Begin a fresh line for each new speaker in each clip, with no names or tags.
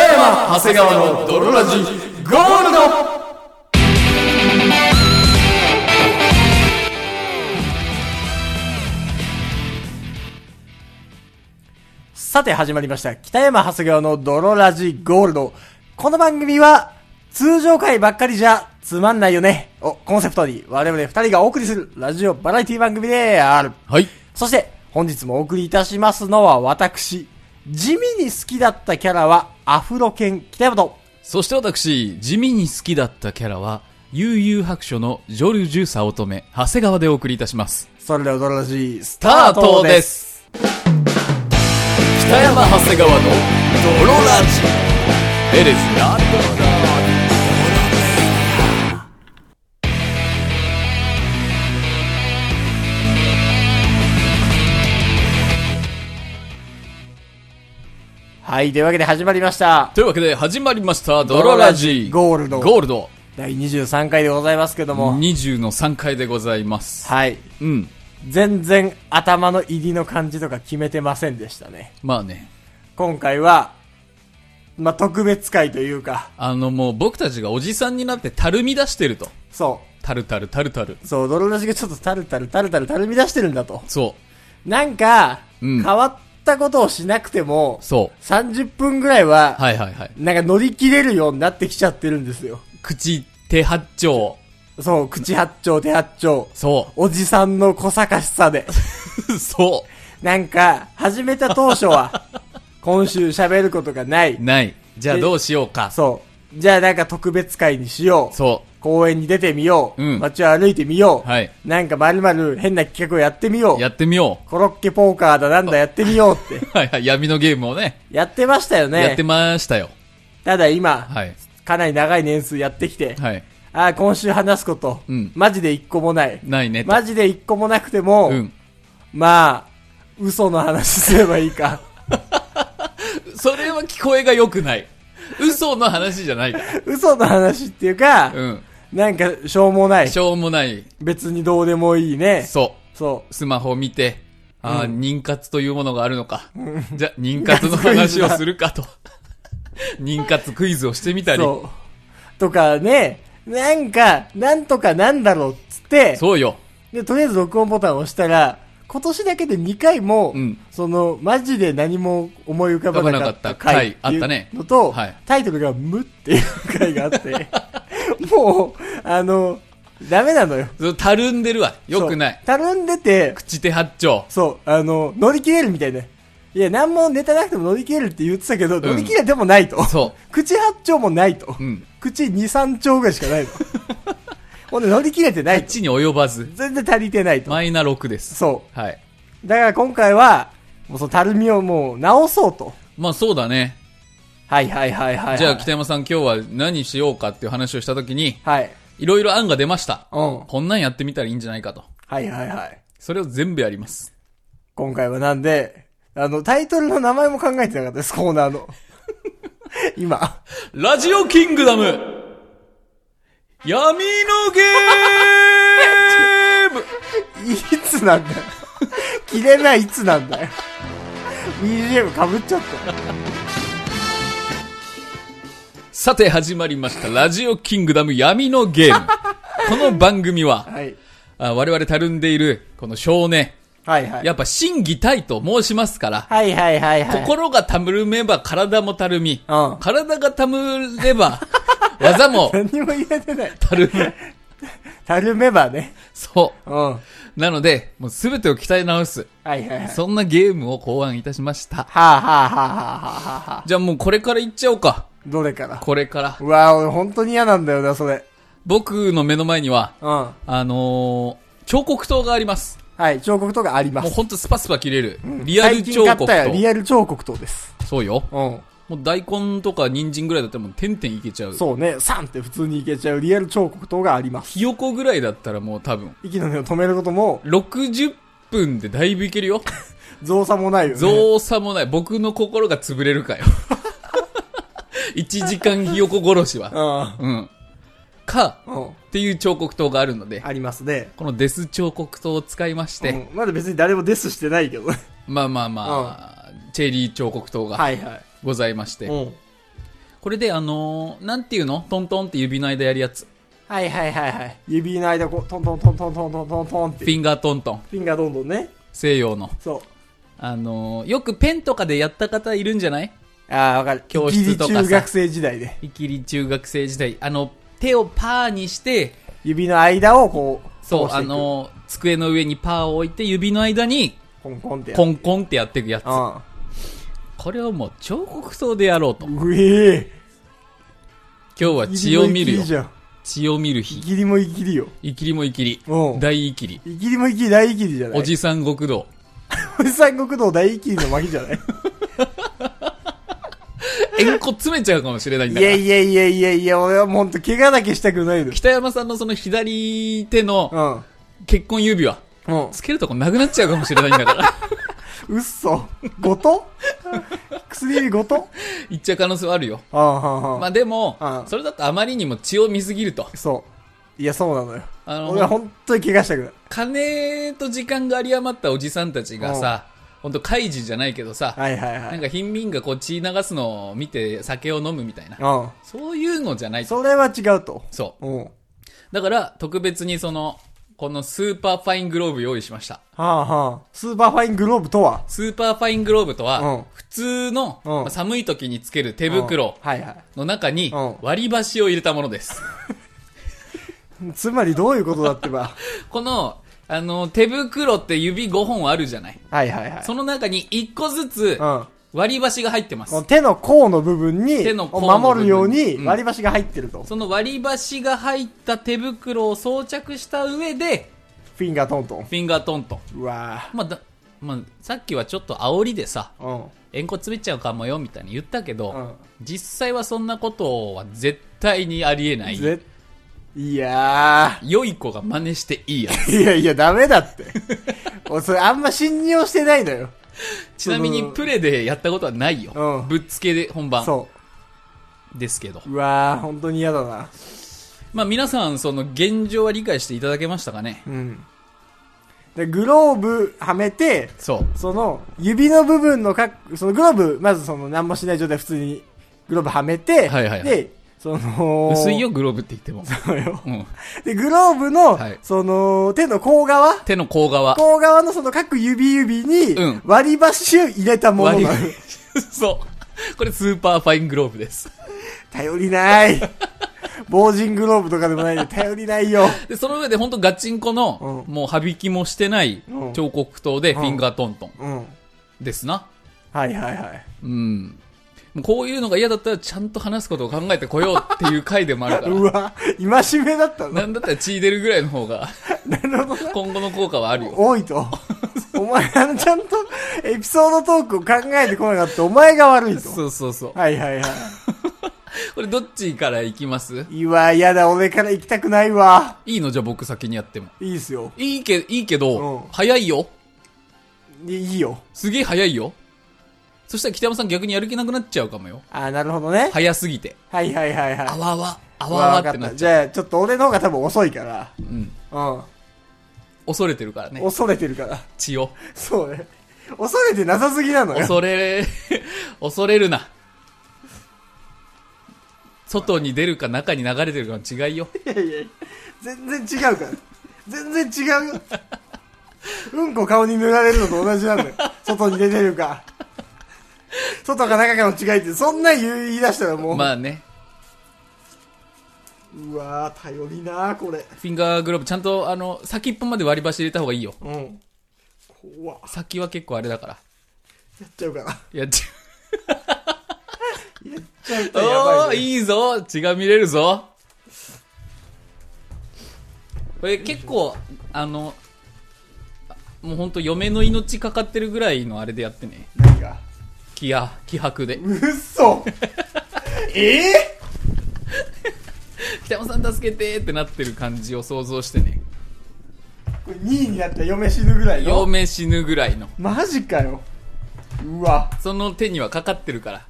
長谷川の泥ラジゴールドさて始まりました。北山長谷川の泥ラジゴールド。この番組は、通常回ばっかりじゃつまんないよね。をコンセプトに我々二人がお送りするラジオバラエティ番組である。
はい。
そして、本日もお送りいたしますのは私。地味に好きだったキャラはアフロ犬北山と。
そして私、地味に好きだったキャラは、悠々白書のジョルジュサオトメ、長谷川でお送りいたします。
それではドロラジース
ス
タートです。
す北山長谷川の泥ラジエレスな
はい、というわけで始まりました。
というわけで始まりました、泥ラジ
ゴールド
ゴールド。
第23回でございますけども。
20の3回でございます。
はい。
うん。
全然頭の入りの感じとか決めてませんでしたね。
まあね。
今回は、まあ、特別会というか、
あのもう僕たちがおじさんになってたるみ出してると。
そ
タルタルタルタル。
う、そう、泥ラジがちょっとタルタルタルタルたるみ出してるんだと。
そ
なんか、
うん
変わったことをしなくても
う。、そう。
30分ぐらいは、
はいはいはい。
なんか乗り切れるようになってきちゃってるんですよ。
口、手八丁。
そう、口八丁手八丁。
そ
おじさんの小賢しさで。
う。そ
なんか、始めた当初 は、今週喋ることがな
う。
い。
ない。じゃあ
で
どうしようか。
そう。じゃあなんか特別会にしよう。
そ
公園に出てみよう。
うん
街を歩いてみよう。
はい
なんかまるまる変な企画をやってみよ
う。
う
や。ってみよ
コロッケポーカーだなんだやってみよう って。
う。はいはい。闇のゲームをね。
やってましたよね。
やってましたよ。
ただ今、
はい。
かなり長い年数やってきて、
はい。
ああ、今週話すこと、
うん
マジで一個もない。
ないねと。
マジで一個もなくても、
うん。
まあ、嘘の話すればいい か。
それは聞こえが良くない。 嘘の話じゃないから。
嘘の話っていうか、
うん。
なんか、しょうもない
し。ょうもない。
別にどうでもいいね。
そ。
そう
スマホを見て、ああ、
う
妊活というものがあるのか。じゃあ、妊活の話をす るかと。妊活クイズをしてみた
う。
り。
そう。とかね、なんか、なんとかなんだろうっつって、
そうよ。
で、とりあえず録音ボタンを押したら、今年だけで2回も、
うん
その、マジで何も思い浮かばなかった回
浮かばなかった回あったね
ていうのと、
はい
タイトルが無っていう回があ って、もう、あの、ダメなのよ。
そうたるんでるわ。良くない
そう。。たるんでて、
口手八丁。
そう、あの、乗り切れるみたいな。いや、何もネタなくても乗り切れるって言ってたけど、
ん
乗り切れてもないと。
そ
口八丁もないと。
う。うん。
口二三丁ぐらいしかない の。ほんで乗り切れてないと。
1に及ばず。
全然足りてないと。
マイナ6です。
そ
はい。
う。だから今回は、もうそのたるみをもう直そうと。
まあそうだね。
はいはいはいはい、はい。
じゃあ北山さん今日は何しようかっていう話をした時に、
はい。
いろいろ案が出ました。
うん。は
こんなんやってみたらいいんじゃないかと。
いはいはい。
それを全部やります。
今回はなんで、あの、タイトルの名前も考えてなかったです、コーナーの。 今。
ラジオキングダム闇のゲーム
いつなんだよ。切れないいつなんだよ。BGM かぶっちゃった。
さて始まりました。ラジオキングダム闇のゲ ーム。この番組は、
はい。
あ我々たるんでいる、この少年、
はいはい。
やっぱ真偽体と申しますから、
はいはいはいはい。
心がたむめば体もたるみ。
うん
体がたむれば、 技も
何も言えてない。
たるむ。
たるめばね。
そ
うん。は
う。なので、もうすべてを鍛え直す。
いはいはい。は
そんなゲームを考案いたしました。
あ、はあはあはあはあはあ、
じゃあもうこれからいっちゃおうか。
どれから。
これから。
うわ俺本当に嫌なんだよな、それ。
僕の目の前には、
うん。は
あのー、彫刻刀があります。
い、彫刻とかありま
もう
す。
ほんとスパスパ切れる。リアル彫
最近買
刻
ったよ、リ
刀。
アル彫刻刀です。
そうよ。
うん。
もう大根とか人参ぐらいだったらもう点々いけちゃう。
そうね、サンって普通にいけちゃうリアル彫刻刀があります。
ひよこぐらいだったらもう多分、
息の根を止めることも、
60分でだいぶいけるよ。
造作もないよね。
造作もない。僕の心が潰れるかよ。1時間ひよこ殺しは。うん。か、
うん。うん。
っていう彫刻刀があるので、
ありますね。
このデス彫刻刀を使いまして、
うんまだ別に誰もデスしてないけどね。
まあまあまあ、チェリー彫刻刀が
はいは
ございまして、
い。うん。
これで、あのーなんていうのトントンって指の間やるやつ。
はいはいはいはい。指の間、こう、トントントントントントントントンって。
フ
フ
ィンガートントン。
ィンガーどんどんね。
西洋の。
そ。
あのーよくペンとかでやった方いるんじゃないう
ああ、わかる。
教室とかさ
ギリ中学生時代で。
イキリ中学生時代。あの、手をパーにして、
指の間をこう、
そう、
通して
あ
いく、
のー机の上にパーを置いて、指の間に、
コンコンってや
コ
ン。
ンコンってやっていくやつ。これをもう彫刻刀でやろうと。
うん。うええ。
今日は血を見
イギリもイ
る
ギリ
よ。
じゃん。
血を見る
イ
日。
ギリもイギリよ。
イキリもイキリ。
うん。
大イキリ。
イギリもイギリ、大イギリじゃない
おじさん極道。
おじさん国道大イギリの巻じゃない
円弧詰めちゃうかもしれないん
い
だか
や
ら。
いやいやいやいや、俺はもうほんと怪我だけしたくないの。
北山さんのその左手の
うん。
結婚指輪、
うん。
つけるとこなくなっちゃうかもしれないんだ から。
うっそ。ごと 薬指ごと
いっちゃう可能性はあるよ。
ああ、はあ、はあ。
まあでも
う、ん
それだとあまりにも血を見すぎると。
そう。いや、そうなのよ。
あ
俺は
の、
本当に怪我したくない。
金と時間が有り余ったおじさんたちがさ、ほんと開示じゃないけどさ、
はいはいは。
ないんか貧民がこう血流すのを見て酒を飲むみたいな。
うん。
そういうのじゃないと。
それは違うと。
そう。
うん。は
だから、特別にその、このスーパーファイングローブ用意しました。
あはあ。スーパーファイングローブとは
スーパーファイングローブと
うん
は、普通の、
うん
まあ寒い時につける手袋
うんはいはい。
の中に
うん
割り箸を入れたものです。
つまりどういうことだって ば。
この、あの、手袋って指5本あるじゃない。
はいはいはい。
その中に1個ずつ
うん。
割り箸が入ってま
この
す。
手の甲の部分に、
手の甲の部分
を守るように
うん
割り箸が入ってると。
その割り箸が入った手袋を装着した上で、
フィンガートントン。
フィンガートントン。
うわ
まあ、だ、まあ、さっきはちょっと煽りでさ、
ぁ。うん。
円弧詰めちゃうかもよみたいに言ったけど、
うん
実際はそんなことは絶対にありえない。
ぜいや
良い子が真似していいやつ。
ー。いやいや、ダメだ って。俺、それあんま信用してないのよ。
ちなみにプレでやったことはないよ。
うん
ぶっつけで本番
そ
ですけど
う。。うわぁ、本当に嫌だな。
まあ皆さん、その現状は理解していただけましたかね
うん。で、グローブはめて、
そう。
その、指の部分のか、そのグローブ、まずその、何もしない状態、普通に、グローブはめて、
はいはいはい
で、その、
薄いよ、グローブって言っても。
そうよ。
うん、
で、グローブの、
はい
その、手の甲側
手の甲側。
甲側のその各指指に
うん、
割り箸を入れたものなの、
割り そう。これスーパーファイングローブです。
頼りない。防塵グローブとかでもないで、頼りないよ。
で、その上で本当ガチンコの、
う
もうはびきもしてない
うん
彫刻刀で
う
フ
ん
ィンガートントン
うん。はい
ですな。
はいはい。
うん。もうこういうのが嫌だったらちゃんと話すことを考えてこようっていう回でもあるか
う
ら。
わ、今しめだった
な
の
んだったら血出るぐらいの方が、
なるほどな。
今後の効果はあるよ。
多いと。お前、あの、ちゃんと、エピソードトークを考えてこなかったお前が悪いと。
そうそうそう。
はいはいは
これどっちから行きます
い。いいわ、嫌だ、俺から行きたくないわ。
いいのじゃあ僕先にやっても。
いいっすよ。
いいけ、いいけ
う
ど、
ん
早いよ。
いいいよ。
すげえ早いよ。そしたら北山さん逆にやる気なくなっちゃうかもよ。
あー、なるほどね。
早 すぎて。
はいはいはいはい
あ。わわ、あ
わ
わ
わ
わ
か
っ
って
な
た。
っち
じゃあ、ちょっと俺の方が多分遅いから。
ゃう。うん。
うん。
恐れてるからね。
恐れてるから。
血を。
そうね。恐れてなさすぎなのよ。
恐れ、 恐れるな。外に出るか中に流れてるかの違いよ。
いやいや全然違うから。全然違うよ。うんこ顔に塗られるのと同じなのよ。外に出てるか。外か中かの違いって、そんなん言い出したらもう。
まあね。
うわー頼りなー、これ。
フィンガーグローブ、ちゃんと、あの、先っぽまで割り箸入れた方がいいよ。
うん。怖っ
先は結構あれだから。
やっちゃうかな。
やっちゃ
やっちゃうと や
う。お
ば
ー、
い、ね。
いいぞ血が見れるぞこれ結構、あの、あもうほんと嫁の命かかってるぐらいのあれでやってね。
何が
気や、気迫で。
うっそええ
北山さん助けてーってなってる感じを想像してね。
これ2位になったら嫁死ぬぐらいの。
嫁死ぬぐらいの。
マジかよ。うわ。
その手にはかかってるから。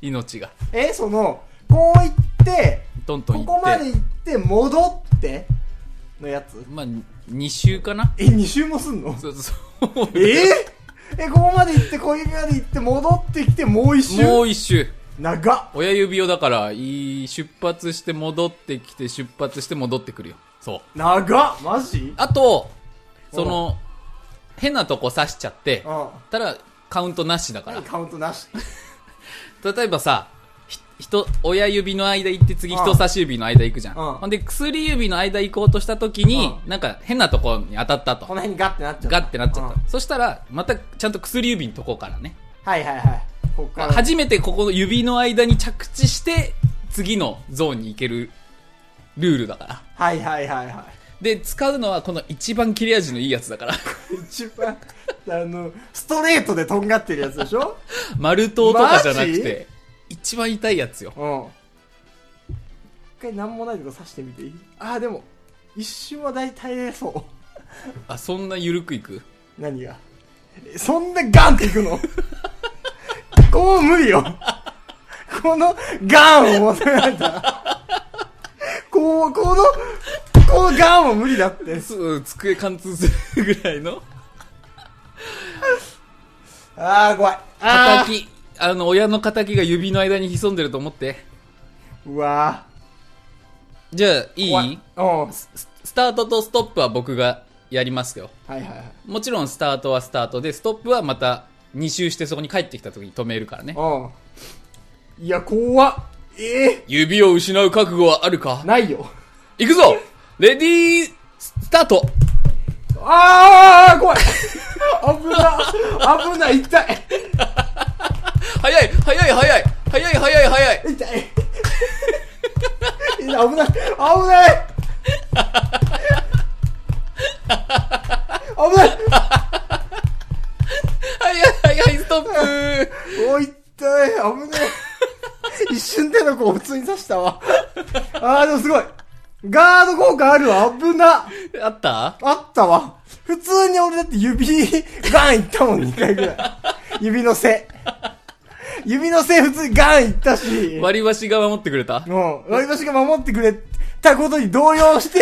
命が。
え、その、こう言って、
トントン
こ
行
こ
っ
ま
て。
で行って戻ってのやつ
まあ、2週かな
え、2周もすんの
そうそう。
えーえ、ここまで行って、小指まで行って、戻ってきて、もう1周
もう一周。
長っ
親指をだから、いい、出発して戻ってきて、出発して戻ってくるよ。そう。
長っマジ
あと、その、変なとこ刺しちゃって、
う
たらカウントなしだか
ん。カウントなし。
ら。例えばさ、ひ人、親指の間行って次
うん
人差し指の間行くじゃん。
うん
ほんで、薬指の間行こうとした時に、
う
なんか変なとこに当たった。
ことの辺にガッてなっちゃった。
ガッてなっちゃった。
うん
そしたら、またちゃんと薬指のとこからね。
はいはいはい。こっから。
初めてここの指の間に着地して、次のゾーンに行けるルールだから。
はいはいはいは
で、使うのはこの一番切れ味のいいやつだ から。
い。一番、あの、ストレートでとんがってるやつでしょ
丸刀とかじゃなくて、一番痛いやつよ。
うん。一回なんもないとこ刺してみていいああ、でも、一瞬は大体えそう。
あ、そんな緩くいく
何がえそんなガンっていくのこう無理よこのガンを求められたらこうこのこのガンは無理だって
つ机貫通するぐらい の
ああ怖いあ
敵あの、親の敵が指の間に潜んでると思って。
ーうわ
じゃあ、い
ー
い
怖いうんはい
ススタートとストップは僕がやりますよ。
はいはい
もちろんスタートはスタートで、ストップはまた2周してそこに帰ってきた時に止めるからね。
うんいや怖っええ
指を失う覚悟はあるか
ないよ
行くぞレディー、スタート
ああ怖い危な危ない痛い
早い早い早い早い早い早い
痛い 危ない危ない危ない
早い早いストップ
おい痛い危ない一瞬手の子を普通に刺したわあーでもすごいガード効果あるわ危な
あった
あったわ普通に俺だって指ガンいったもん2回ぐらい指の背指の背普通にガンいったし
割り箸が守ってくれた
もう、割り箸が守ってくれたことに動揺して、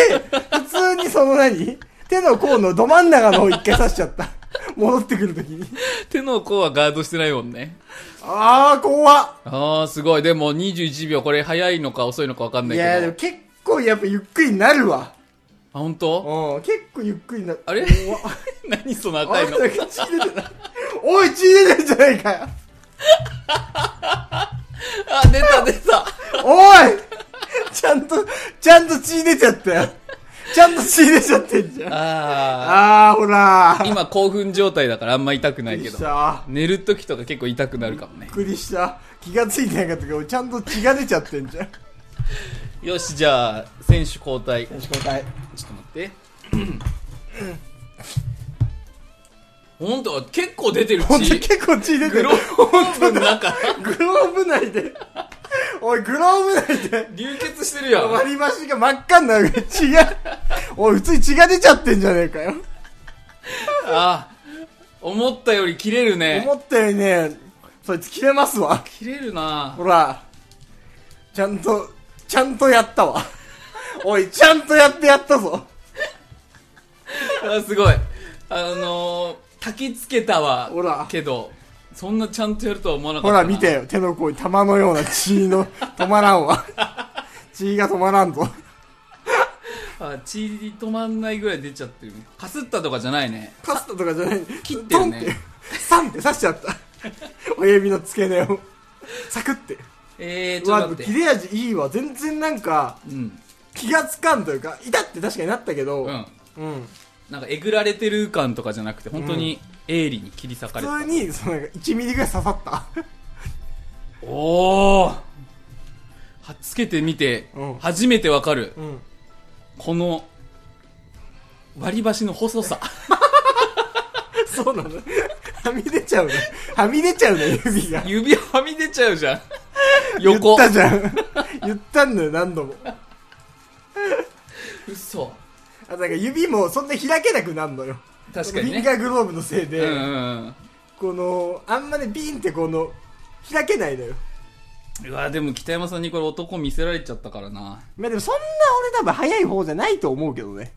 普通にその何手の甲のど真ん中の方一回刺しちゃった。戻ってくるときに。
手の甲はガードしてないもんね。
あー、怖っ。
あー、すごい。でも21秒、これ早いのか遅いのかわかんないいけど。
やでも結構やっぱゆっくりになるわ。
あ、本当？
うん、結構ゆっくりになる。
あれ 何その
あ
赤
れ
いの
だけ血出てない。おい、血出てるじゃないかよ。
あ、出た出た。
おいちゃんと、ちゃんと血出ちゃったよ。ちゃんと血出ちゃってんじゃん。
あ
あー、ほら
ー。
ー。
今興奮状態だからあんま痛くないけ
びっくり
ど
し。た
寝る時とか結構痛くなるかもね
びっ。くりした。気がついてなかったけど、ちゃんと血が出ちゃってんじゃん。
よし、じゃあ、選手交代。ちょ
選
っ
手交代。
と待って。 本当結構出てる
ほんと
血。
結構血出て
グ
る
ロ。ーブの中、
グローブ内で。おい、グローブ内で。
流血してるやん。
割り箸が真っ赤になる。血が。おい、普通に血が出ちゃってんじゃねえかよ。
あー思ったより切れるね。
思ったよりね、そいつ切れますわ。
切れるな
ほら。ちゃんと、ちゃんとやったわ。おい、ちゃんとやってやったぞ。
あすごいあのー、焚きつけたわ
ほら
けどそんなちゃんとやるとは思わなか
ほ
ったな
ら、見てよ。手の甲に玉のような血の、止まらんわ。血が止まらんぞ。
あ血止まんないぐらい出ちゃってるかすったとかじゃないね
パスタとかじゃない
切ってるね
ドンってサンって刺しちゃった親指の付け根をサクって
えー、
う
ちょっ
わ
と待っ
切
て
れ味いいわ全然なんか
うん
気がつかんというか痛って確かになったけど、
うん
うん
なんかえぐられてる感とかじゃなくて本当に鋭利に切り裂かれた、
普通にその1ミリぐらい刺さった
おおはっつけてみて、
うん
初めてわかる
うん
この割り箸の 細さ
そうなのはみ出ちゃうねはみ出ちゃうね指が
指はみ出ちゃう じゃん
言っ
横
たじゃん言ったんだよ何度もあ
嘘
となんか指もそんな開けなくなるのよ
確かに
フィン
ね
ガーグローブのせいで、
うんうんうん
このあんまねビンってこの開けないのよ
うわでも北山さんにこれ男見せられちゃったからな
まあでもそんな俺多分早い方じゃないと思うけどね。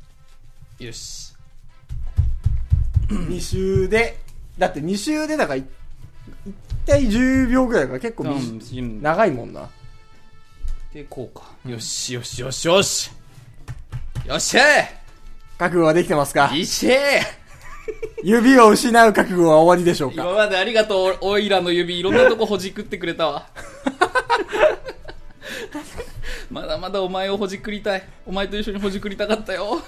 よし
2周で。だって2周でだからい、体10秒ぐらいから結構短い
で、
長いもんな。
こうか。よしよしよしよし。よっしゃ
覚悟はできてますか
いっしゃ
指を失う覚悟は終わりでしょうか
今までありがとう、おいらの指、いろんなとこほじくってくれたわ。 まだまだお前をほじくりたい。お前と一緒にほじくりたかったよ。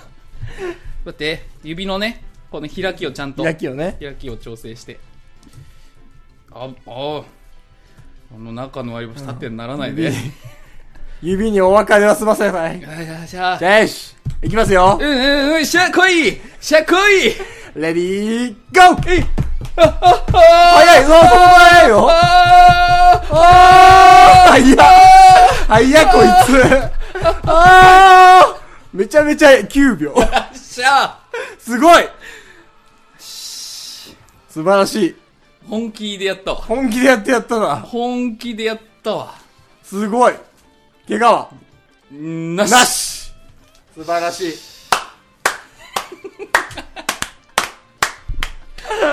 だって、指のね、この開きをちゃんと、
開きをね。
開きを調整して。あ、ああ。あの中の割り箸立ってならないで。
指にお別れは済ませない。
よいしゃ
じ。ゃあよし。いきますよ
う。んうんうん、しゃこいしゃこい
レディー、ゴー
えいあああ
早いぞ、そこ早いよ
ああ
あーいやはいや、こいつ。あーめちゃめちゃ9秒。
あしゃ
すごい 素晴らしい。
本気でやったわ。
本気でやってやったな。
本気でやったわ。
すごい。怪我は
なし
なし素晴らしい。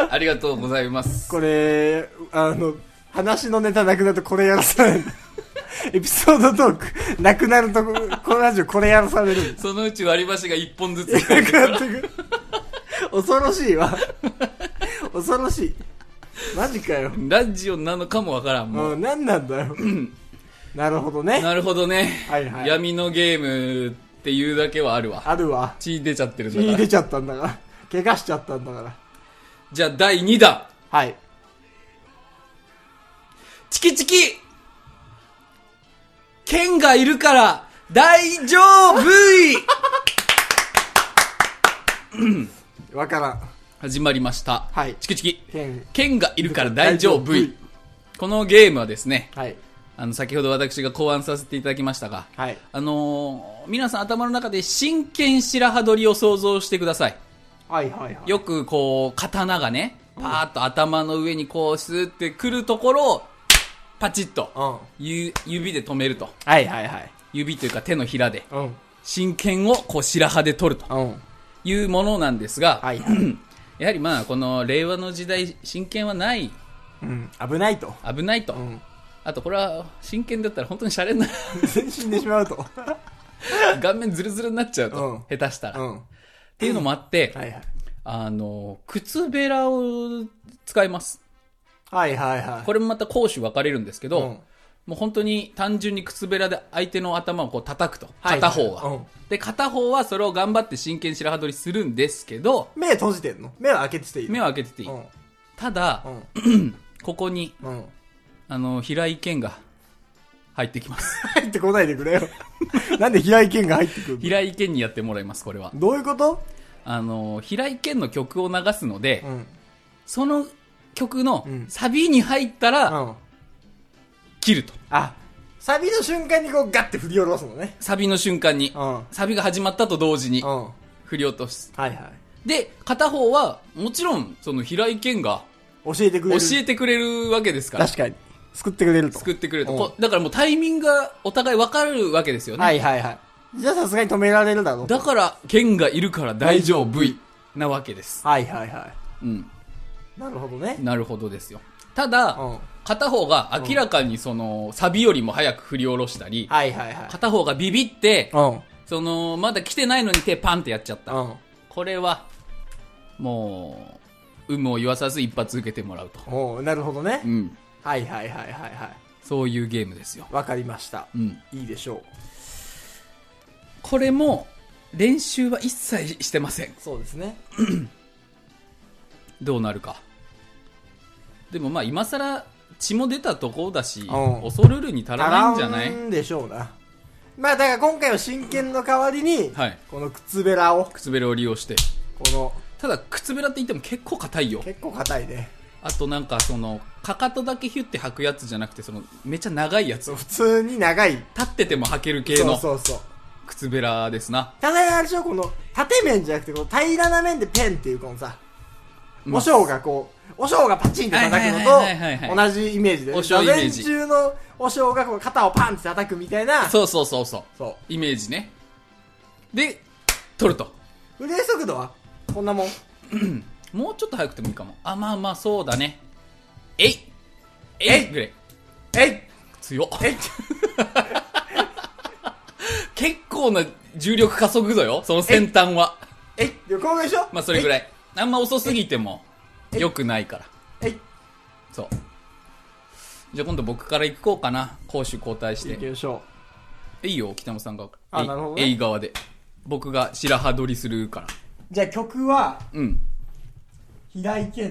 ありがとうございます。
これ、あの、話のネタなくなるとこれやらされる。 エピソードトーク、なくなるとこ、このラジオこれやらされる。
そのうち割り箸が一本ずつ
なくなってくる。恐ろしいわ。恐ろしい。マジかよ。
ラジオなのかもわからん。もう。
うん、何なんだ よ。なるほどね。
なるほどね。
はいはい
闇のゲームっていうだけはあるわ。
あるわ。
血出ちゃってるんだ
血
から
出。ちゃったんだから。怪我しちゃったんだから。
じゃあ第2弾。
はい。
チキチキ剣がいるから大丈夫
わからん。
始まりました。
はい
チキチキ
剣。
剣がいるから大丈夫
大丈
このゲームはですね、
はい。
あの、先ほど私が考案させていただきましたが、
はい。
あのー皆さん頭の中で真剣白羽取りを想像してください。
はいはいはい。
よくこう、刀がね、パーッと頭の上にこう、スーってくるところを、パチッと、
うん。は
ゆ指で止めると。
いはいはい。
指というか手のひらで。
うん。
真剣をこう白羽で取ると
うん。
いうものなんですが、
はいはい。
やはりまあこの令和の時代真剣はない
うん。危ないと。
危ないと、
うん。
あとこれは真剣だったら本当にシャレにな る
全身死んでしまうと。
顔面ズルズルになっちゃうと、
うん
下手したら、
う
っ
ん。は
ていうのもあって、
いはい。
あの靴べらを使います
はいはいはい。
これもまた攻守分かれるんですけど、
うん
もう本当に単純に靴べらで相手の頭をこう叩くと
はい
片方は、
うん
で片方はそれを頑張って真剣白羽取りするんですけど
目閉じてんの目は開けてていい
目
は
を開けてていい、
うん。
ただ、
うん。
ここに
うん。
あの、平井堅が入ってきます。
入ってこないでく れよ。なんで平井堅が入ってくる
平井堅にやってもらいます、これは。
のどういうこと
あの、平井堅の曲を流すので、
うん。
その曲の
うん
サビに入ったら、
うん。
切ると。
あ、サビの瞬間にこうガッて振り下ろすのね。
サビの瞬間に
う、ん。うん。
サビが始まったと同時に
は
振り落とす。
いはい。
で、片方は、もちろん、その平井堅が
教えてくれ
教
る。
えてくれるわけですから。
確かに。救ってくれると。
作ってくれると。
うん
こだからもうタイミングがお互い分かるわけですよね。
はいはいはい。じゃあさすがに止められるだろうと。
だから、堅がいるから大丈夫なわけです。
はいはいは
うん。
い。なるほどね。
なるほどですよ。ただ、
うん。はい
片方が明らかにその、サビよりも早く振り下ろしたり、
はいはい。
片方がビビって、
うん。
その、まだ来てないのに手パンってやっちゃった。
うん。
これは、もう、有無を言わさず一発受けてもらうと。
おうなるほどね
う。ん。
はいはいはいはいは
そういうゲームですよ。
い。わかりました。
うん。
いいでしょう。
これも、練習は一切してません。
そうですね。
どうなるか。でもまあ今更、血も出たところだし、
うん
恐るるに足らないんじゃない
んでしょうな。まあだから今回は真剣の代わりに、
はい。
この靴べらを、こ
靴べらを利用して。
の、
ただ、靴べらって言っても結構硬いよ。
結構硬いね。
あとなんかその、かかとだけヒュって履くやつじゃなくて、その、めっちゃ長いやつ
そう、。普通に長い。
立ってても履ける系
そう
の
そうそう。
靴べらですな。
ただあれでしょ、この、縦面じゃなくて、この平らな面でペンっていうこのさ、
ま
お
あ
尚がこう、お尚がパチンって叩く
はいはいはいはいはい
のと、
は
同じイメージで、
お尚イメージ
座禅中のお尚がこう肩をパンって叩くみたいな、
そうそうそうそう。
そ
イメージね。で、取ると。
う。腕速度はこんなもん。
もうちょっと早くてもいいかも。あ、まあまあ、そうだね。えいええいぐらい。
えい
強っ。
えい
結構な重力加速度よ、その先端は。
えい旅行でしょ
まあそれぐらい。あんま遅すぎても、
えい
良くないから。
えい
そう。じゃあ今度僕から行こうかな。攻守交代し
行き
て。
ましょ
いいよ、北野さんが。
あ
えい
なるほどね
えい側で。僕が白羽取りするから。
う。じゃあ曲は、
うん。
平井堅、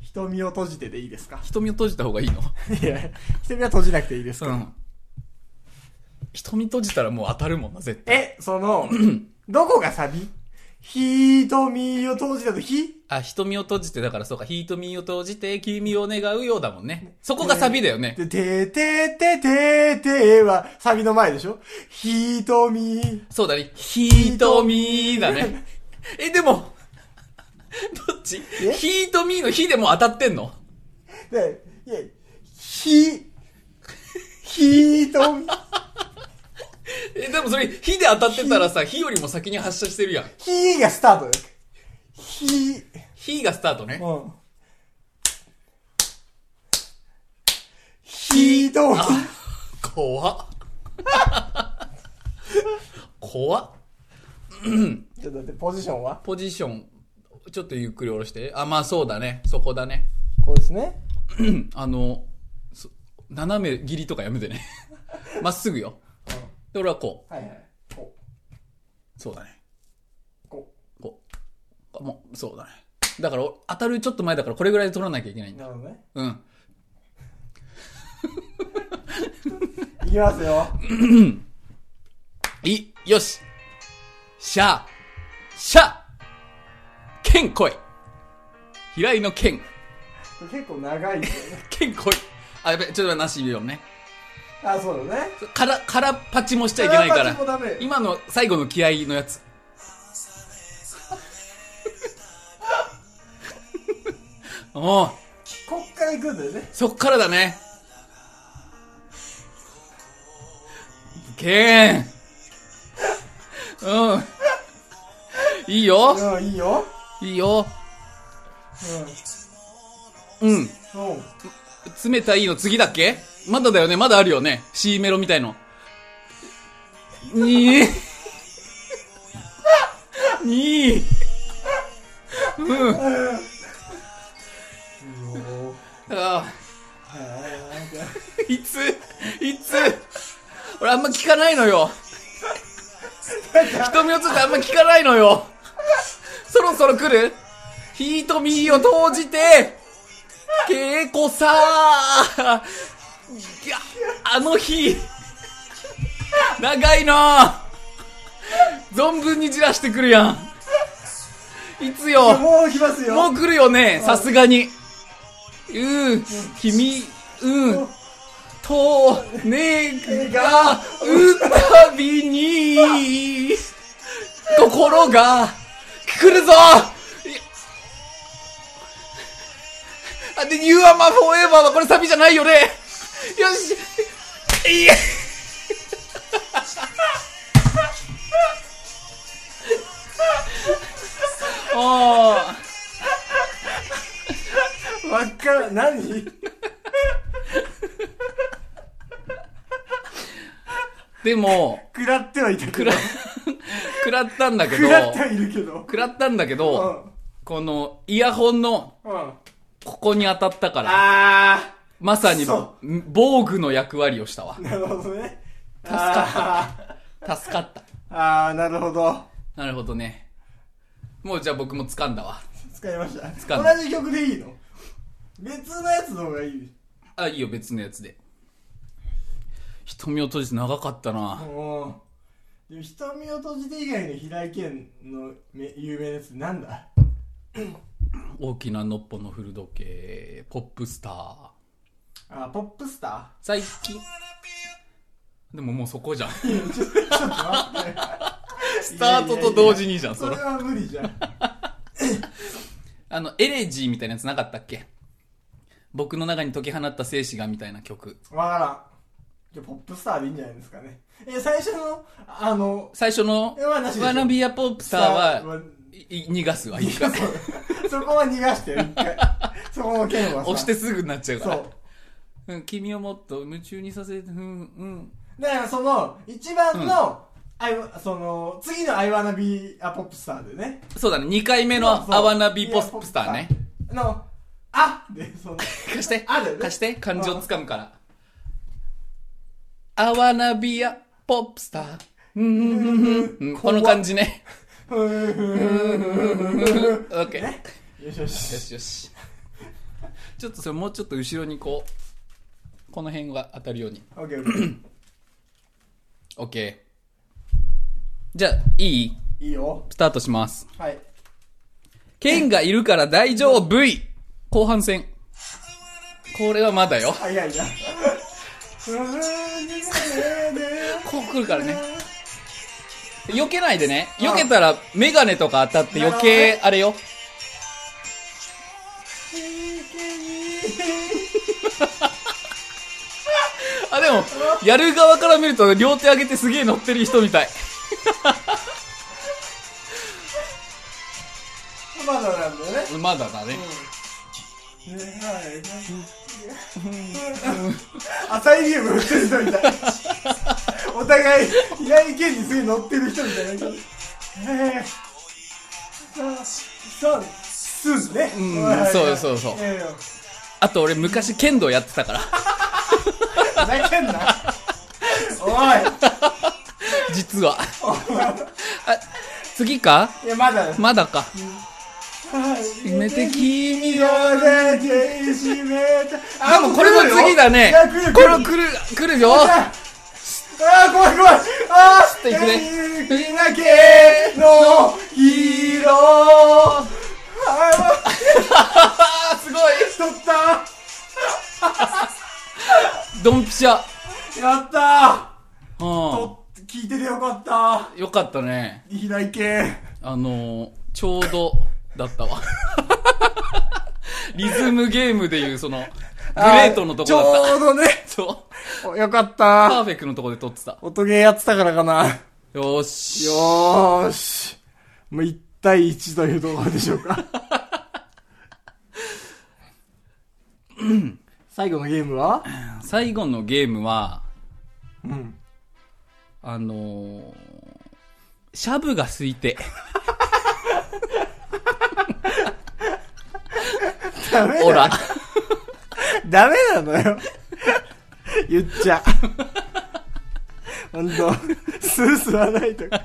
瞳を閉じてでいいですか
瞳を閉じた方がいいの
いや、瞳は閉じなくていいですか、
うん。瞳閉じたらもう当たるもんな、絶対。
え、その、どこがサビ瞳を閉じたとひ
あ、瞳を閉じて、だからそうか、瞳を閉じて、君を願うようだもんね。そこがサビだよね。
で、てててててはサビの前でしょ瞳。
そうだね。瞳だね。え、でも、どっち
え
瞳の火でも当たってんの
で、いや、ひ、瞳、
え、でもそれ、火で当たってたらさ、火よりも先に発射してるやん。
ひがスタートよ。ひ、
火がスタートね。
うん。ひどい。
怖っ。怖っ。
ちょっと待って、ポジションは
ポジション、ちょっとゆっくり下ろして。あ、まあそうだね。そこだね。
こうですね。
うんあの、そ斜め切りとかやめてね。 まっすぐよ。で、俺はこう。
はいはい。こ
そうだね。
う、こ
こう。あもう、そうだね。だから、お当たるちょっと前だからこれぐらいで取らなきゃいけないん
う。
だ。
なるほどね。
うん。
いきますよ。
い、よし。シャー、シャー、剣来い。平井の剣、
結構長いんだよね。
剣来い。あ、やべ、ちょっとなし見ようね。
あ、そうだね。
から、からっぱちもしちゃいけないか
空
ら
っぽ。ダメよ
今の最後の気合のやつ。 おう
こっから行くんだよね。
そっからだね。けーン。うん。いいよ。
うん、いいよ。
いいよ。うん。
うん。うん。
冷たいの次だっけまだだよね。まだあるよね。C メロみたいの。にー。にー。うん。ああ。いつ、いつ、俺あんま聞かないのよ。瞳をついてあんま聞かないのよ。そろそろ来る瞳を閉じて、稽古さいや、あの日、長いな存分にじらしてくるやん。いつよ。
もう来ますよ。
もう来るよね、さすがに。うん、君、うん、と、ねが、うんたびに、心が、来るぞあ、で、You are my forever はこれサビじゃないよねよしいえ ああ
わっからん、何
でも、
食らってはいたけど。
食らったんだけど
食、らってはいるけど。
食らったんだけ
う
ど、
ん。
このイヤホンの
うん。
ここに当たったから、
あ
まさに
そ
防具の役割をしたわ
ー。。なるほどね。助
か
った。
助かった。
あー、なるほど。
なるほどね。もうじゃあ僕も掴んだわ。
使いました。
んだ
同じ曲でいいの別のやつの方がいい。
あ、いいよ、別のやつで。瞳を閉じて長かったな。
うん。でも瞳を閉じて以外の平井堅のめ有名なやつなんだ
大きなのっぽの古時計、ポップスター。
あ、ポップスタ
最近。でももうそこじゃん。
ーいやちょっとちょっと待って。
スタートと同時にじゃん、
そ
そ
れ
れ。
は無理じゃん。
あの、エレジーみたいなやつなかったっけ僕の中に解き放った生死がみたいな曲。
わからん。じゃあ、ポップスターでいいんじゃないですかね。え、最初の、あの、
最初の
えはなしでしょ
Wanna be a pop star は、いい逃がすわ、一回。
そうそこは逃がしてよ、一回。そこの剣はさ。
押してすぐになっちゃうか
そ
ら
う。。
うん、君をもっと夢中にさせて、うん、うん。
だからその、一番の、アイワその、次のアイワナビアポップスターでね。
そうだね、2回目のアワナビポップスターね。。
の、あで、その、
貸して、
あだよね
貸して、感情つかむから。アワナビアポップスター。うんうんうんうんうんこの感じね。
ふーふー
うんうん うんオッケー。
ね。よしよ
よ
し。
しよし。 ちょっとそれもうちょっと後ろにこう、この辺が当たるように。
オッケーオッケー。
オッケー。じゃあ、いい
いいよ。
スタートします。
はい。
剣がいるから大丈夫い後半戦。これはまだよ。
早いな。
こう来るからね。避けないでね。避けたらメガネとか当たって余計あれよ。あ、でも、やる側から見ると両手上げてすげえ乗ってる人みたい。
まだなんだよね。
まだだね。
浅いゲーム売ってる人みたいお互い平井堅にすげえ乗ってる人みたいな感じえーそうそうすんね
ん
はい
そうそうそう
いやいや
あと俺昔剣道やってたから。
ふざけんなお
実は。あ、次か
いいやまだ
まだか。
決
めて君
君を
を。
抱きしめた
でもこれも次だね
いや来る。
こ
来
れ
る
来る、来るよ。
ああ怖い怖いああ
と行くね
きなけのヒーローああ
あー、すごい。
取った
ドンピシャ。
やった
うん。
と聞いててよかった
よかったね。
平井堅
あのー、ちょうどだっ たわ。リズムゲームでいう、その、グレートのとこだ
ち
っ
ょうどね
た。そう。
よかっ
パ
た
ーフェクトのとこで撮ってた。
音ゲーやってたからかな
よーし。
よーしもう1対1というところでしょうか最後のゲームは
最後のゲームは、
うん
あのー、シャブが空いて、
ダメ
オラ。
ダメなのよ。言っちゃ。ほんと、スースーはないとか、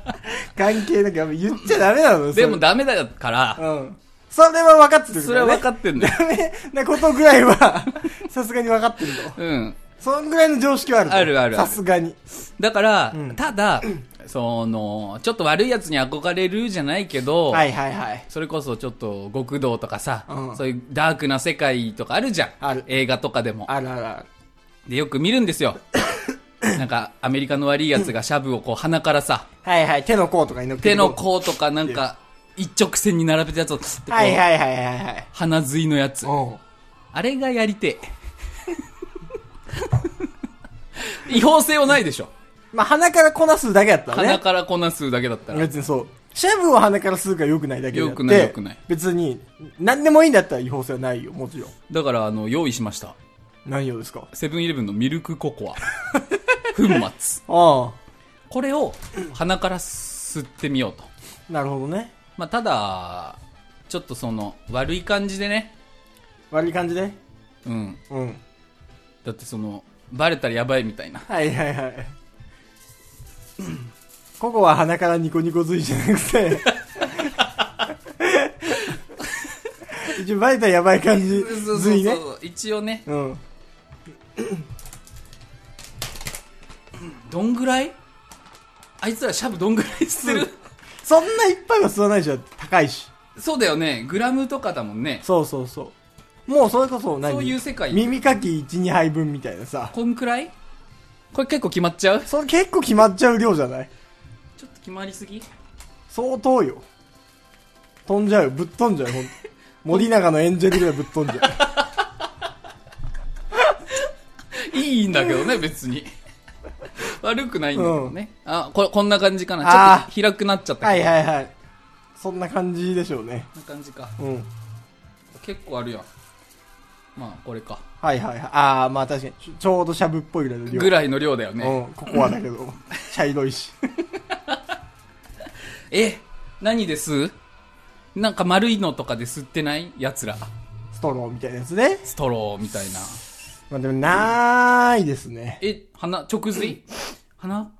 関係なく言っちゃダメなの
でも
だ。
ダメだから、
うん。それは分かってる
それは分か
っ
ってんだよ。
ダメなことぐらいは、さすがに分かってると。
うん。
そんぐらいの常識はあると
あるあるあ
さ
る
すがに。
だから、
うん
ただ、その、ちょっと悪いやつに憧れるじゃないけど、
はいはいはい。
それこそちょっと極道とかさ、
うん
そういうダークな世界とかあるじゃん。
ある
映画とかでも。
あるあるある。
で、よく見る んですよ。なんか、アメリカの悪いやつがシャブをこう鼻からさ、
はいはい。手の甲とかに乗っけて
手の甲とかなんか、一直線に並べたやつをつってこう、
はいはいはいはいはい。
鼻吸いのやつ。
おう
あれがやりて え。違法性はないでしょ。
まあ、鼻からこなすだけだったらね。
鼻からこなすだけだったら。
別にそう。シャブを鼻から吸うから良くないだけであって。
良くない良くない
別に、何でもいいんだったら違法性はないよ、もちろん。
だから、あの、用意しました。
何よですか
セブンイレブンのミルクココア。 粉末。
あ
これを鼻から吸ってみようと。
あ、なるほどね。
まあ、ただ、ちょっとその、悪い感じでね。
悪い感じで
うん。
うん。
だってその、バレたらやばいみたいな。
はいはいはい。 ここは鼻からニコニコづいじゃなく て。一応バレたらやばい感じ。づいね。
一応ね。
うん。
どんぐらいあいつらシャブどんぐらい吸ってる
そんないっぱいは吸わないじゃん。高いし。
そうだよね。グラムとかだもんね。
そうそうそう。もうそれこそ何
そういう世界
耳かき1、2杯分みたいなさ。
こんくらいこれ結構決まっちゃう
それ結構決まっちゃう量じゃない
ちょっと決まりすぎ
相当よ。飛んじゃうよ。ぶっ飛んじゃうよ、 ほんと。森永のエンジェルぐらいぶっ飛んじゃう。
いいんだけ どね、別に。悪くないんだけどね。あ、これ、こんな感じかな。
あー
ちょっと開くなっちゃったけ ど。
はいはいはい。そんな感じでしょうね。
こんな感じか。
うん。
結構あるやん。まあ、これか。
はいはいはい。ああ、まあ確かに、ちょちょうどしゃぶっぽいぐらいの量。
ぐらいの量だよね。
うん、ここはだけど、茶色い し。
え、何ですなんか丸いのとかで吸ってない奴ら。
ストローみたいなやつね。
ストローみたいな。
まあでも、なーいですね。
え、鼻、直髄鼻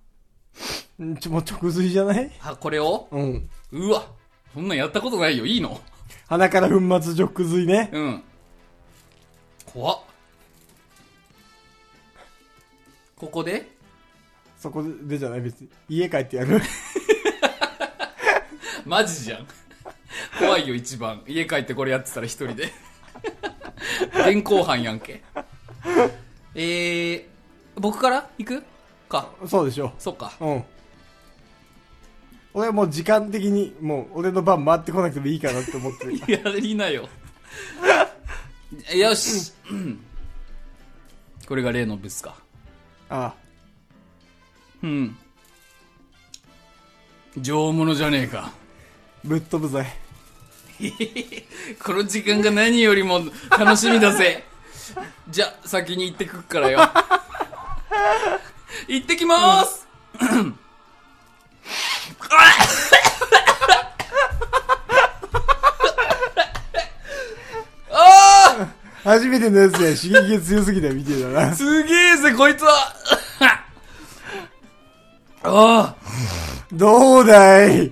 うんちょ、もう直髄じゃない
あ、これを
うん。
うわ、そんなんやったことないよ。いいの
鼻から粉末直髄ね。
うん。怖っ。ここで
そこでじゃない別に。家帰ってやる
マジじゃん。 怖いよ、一番。家帰ってこれやってたら一人で。現行犯やんけ。えー、僕から行くか。
そうでしょ。
そっか。。
うん。俺はもう時間的に、もう俺の番回ってこなくてもいいかなって思ってる
やりなよ。よし。うんこれが例のブスか。
あ
うん。上物じゃねえか。
あ、ぶっ飛ぶぜ。
この時間が何よりも楽しみだぜ。 じゃ、先に行ってくっからよ。 行ってきまーす、ああ
初めてのやつや、刺激が強すぎたみてえだな。
すげえぜ、こいつは ああ
どうだい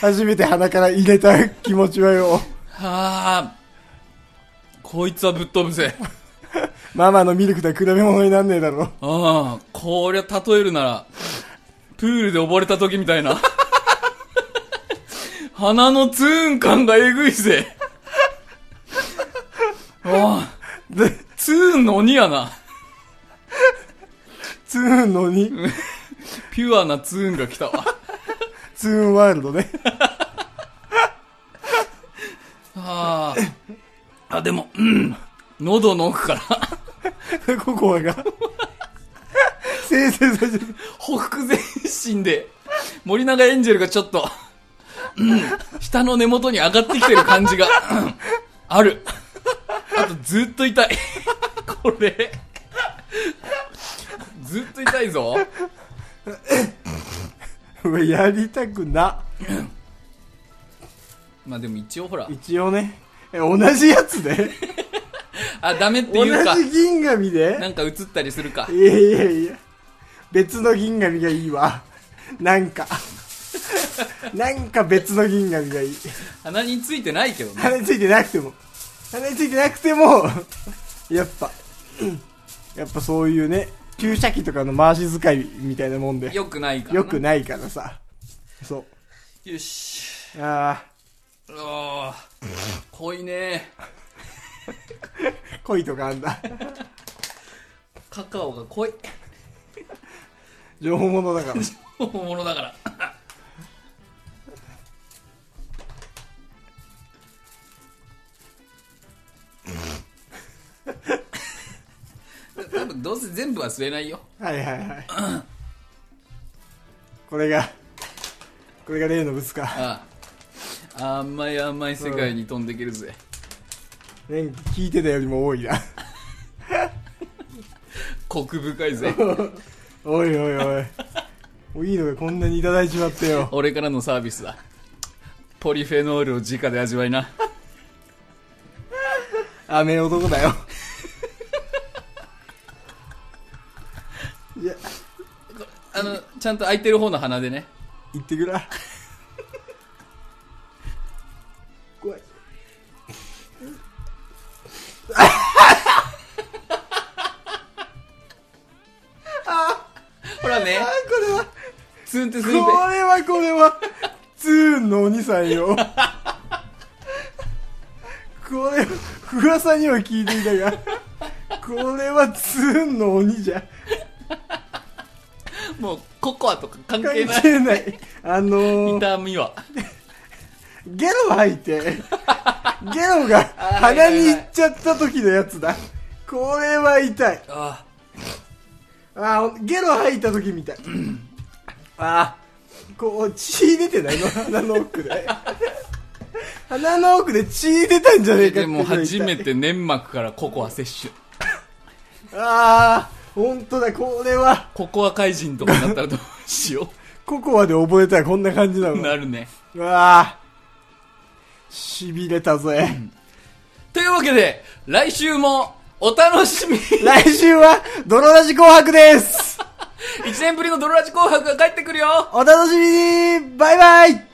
初めて鼻から入れた気持ちはよ。
ああこいつはぶっ飛ぶぜ。
ママのミルクとは比べ物になんねえだろ。
ああ、こりゃ例えるなら、プールで溺れた時みたいな。 鼻のツーン感がえぐいぜ。ああ、
で、
ツーンの鬼やな。
ツーンのに、
ピュアなツーンが来たわ。
ツーンワールドね。
あ あ、あ、でも、うん、喉の奥から、
ココアが。生成されてる。
北前進で、森永エンジェルがちょっと、うん、下の根元に上がってきてる感じが、うんある。あとずっと痛い。これ。ずっと痛いぞ。
うわ やりたくな。
まあでも一応ほら、
一応ね。え、同じや つで
あ、ダメって
同
いうか、
じ銀紙で
なんか映ったりするか
い。やいやいや別の銀紙がいいわなん かなんか別の銀紙がいい
鼻についてないけどね。
鼻についてなくても鼻についてなくてもやっぱうんやっぱそういうね注射器とかの回し使いみたいなもんでよ
よくないからな。
くないからさそ
よし。
うあ
ああ、濃いね。
あ恋とかあんだ
カカオが濃い。
情報物だから
本物だから。多分どうせ全部は吸えないよ。
はいはいはい これがこれが例のブツか
ああ。甘い甘い世界に飛んでいけるぜ。
年季聞いてたよりも多いな
コク深いぜ。
おいおいおい。もういいのがこんなにいただいちまってよ。
俺からのサービスだ。ポリフェノールを直で味わいな。
雨男だよ。いや、
あの、ちゃんと開いてる方の鼻でね。
行ってくら。 怖い。
ほらね
あ、ー
ツンってす
こ
る
れ
べ。
は、これはこれは、ツーンのお兄さんよ。 これ、噂には聞いていたが、これはツーンの鬼じゃ。
もうココアとか関
関
係ない。
係ない。あのー、
痛みは。
ゲロ吐い て、ゲロが鼻に行っちゃった時のやつだ。これは痛い。
ああ。
あーゲロ吐いた時みたい。ああ。こう、血出てないの鼻の奥で。 鼻の奥で血出たんじゃねえか
でも初め
て。
て粘膜からココア摂取。
あー、ほんとだ、これは、
ココア怪人とかになったらどうしよ
ココアで覚えたらこんな感じだ
う。
もん。
なるね。
うわー、痺れたぜ。
というわけで、来週もお楽しみに
来週は、泥ラジ紅白です
一年ぶりのドロラジ紅白が帰ってくるよ
お楽しみにバイバイ